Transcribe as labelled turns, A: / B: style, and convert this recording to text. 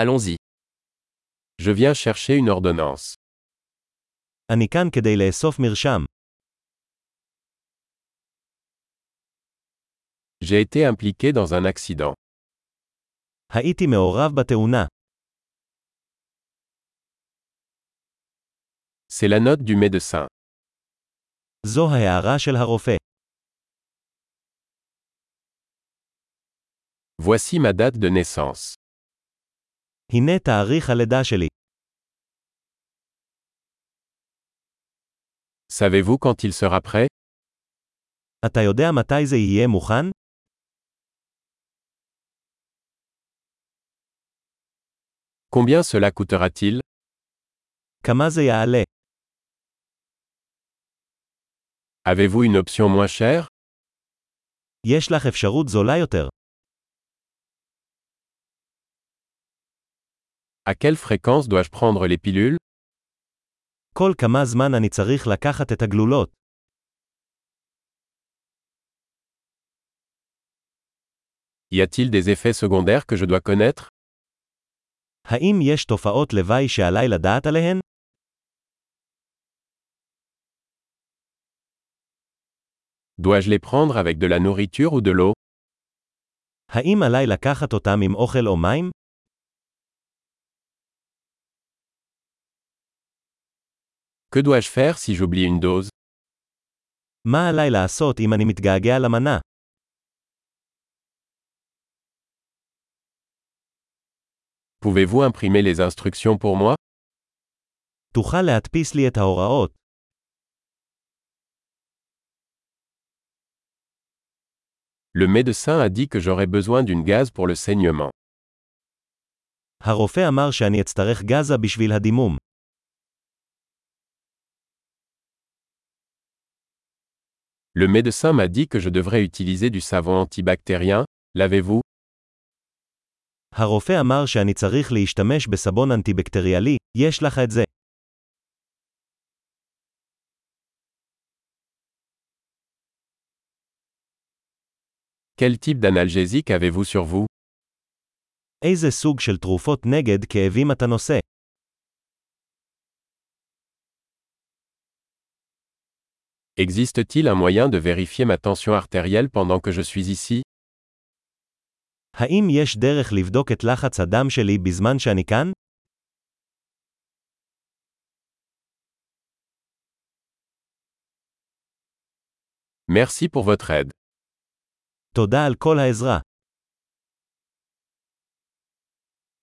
A: Allons-y. Je viens chercher une ordonnance.
B: אני כאן כדי לאסוף מרשם.
A: J'ai été impliqué dans un accident.
B: הייתי מעורב בתאונה.
A: C'est la note du médecin.
B: זו ההערה של הרופא.
A: Voici ma date de naissance.
B: הנה תאריך הלידה שלי.
A: Savez-vous quand il sera prêt
B: אתה יודע מתי זה יהיה מוכן?
A: Combien cela coûtera-t-il
B: כמה זה יעלה?
A: Avez-vous une option moins chère
B: יש לך אפשרות זולה יותר.
A: À quelle fréquence dois-je prendre les pilules
B: כל כמה זמן אני צריך לקחת את הגלולות.
A: Y a-t-il des effets secondaires que je dois connaître
B: האם יש תופעות לוואי שעליי לדעת עליהן?
A: Dois-je les prendre avec de la nourriture ou de l'eau
B: האם עליי לקחת אותם עם אוכל או מים?
A: Que dois-je faire si j'oublie une dose
B: מה עליי לעשות אם אני מתגעגע למנה?
A: Pouvez-vous imprimer les instructions pour moi
B: תוכל להדפיס לי את ההוראות.
A: Le médecin a dit que j'aurais besoin d'une gaz pour le saignement.
B: הרופא אמר שאני אצטרך גזה בשביל הדימום.
A: Le médecin m'a dit que je devrais utiliser du savon antibactérien. L'avez-vous
B: הרופא אמר שאני צריך להשתמש בסבון אנטיבקטריאלי, יש לך את זה.
A: Quel type d'analgésique avez-vous sur vous
B: איזה סוג של תרופות נגד כאבים אתה נושא?
A: Existe-t-il un moyen de vérifier ma tension artérielle pendant que je suis ici
B: האם יש דרך לבדוק את לחץ הדם שלי בזמן שאני כאן?
A: Merci pour votre aide.
B: תודה על כל העזרה.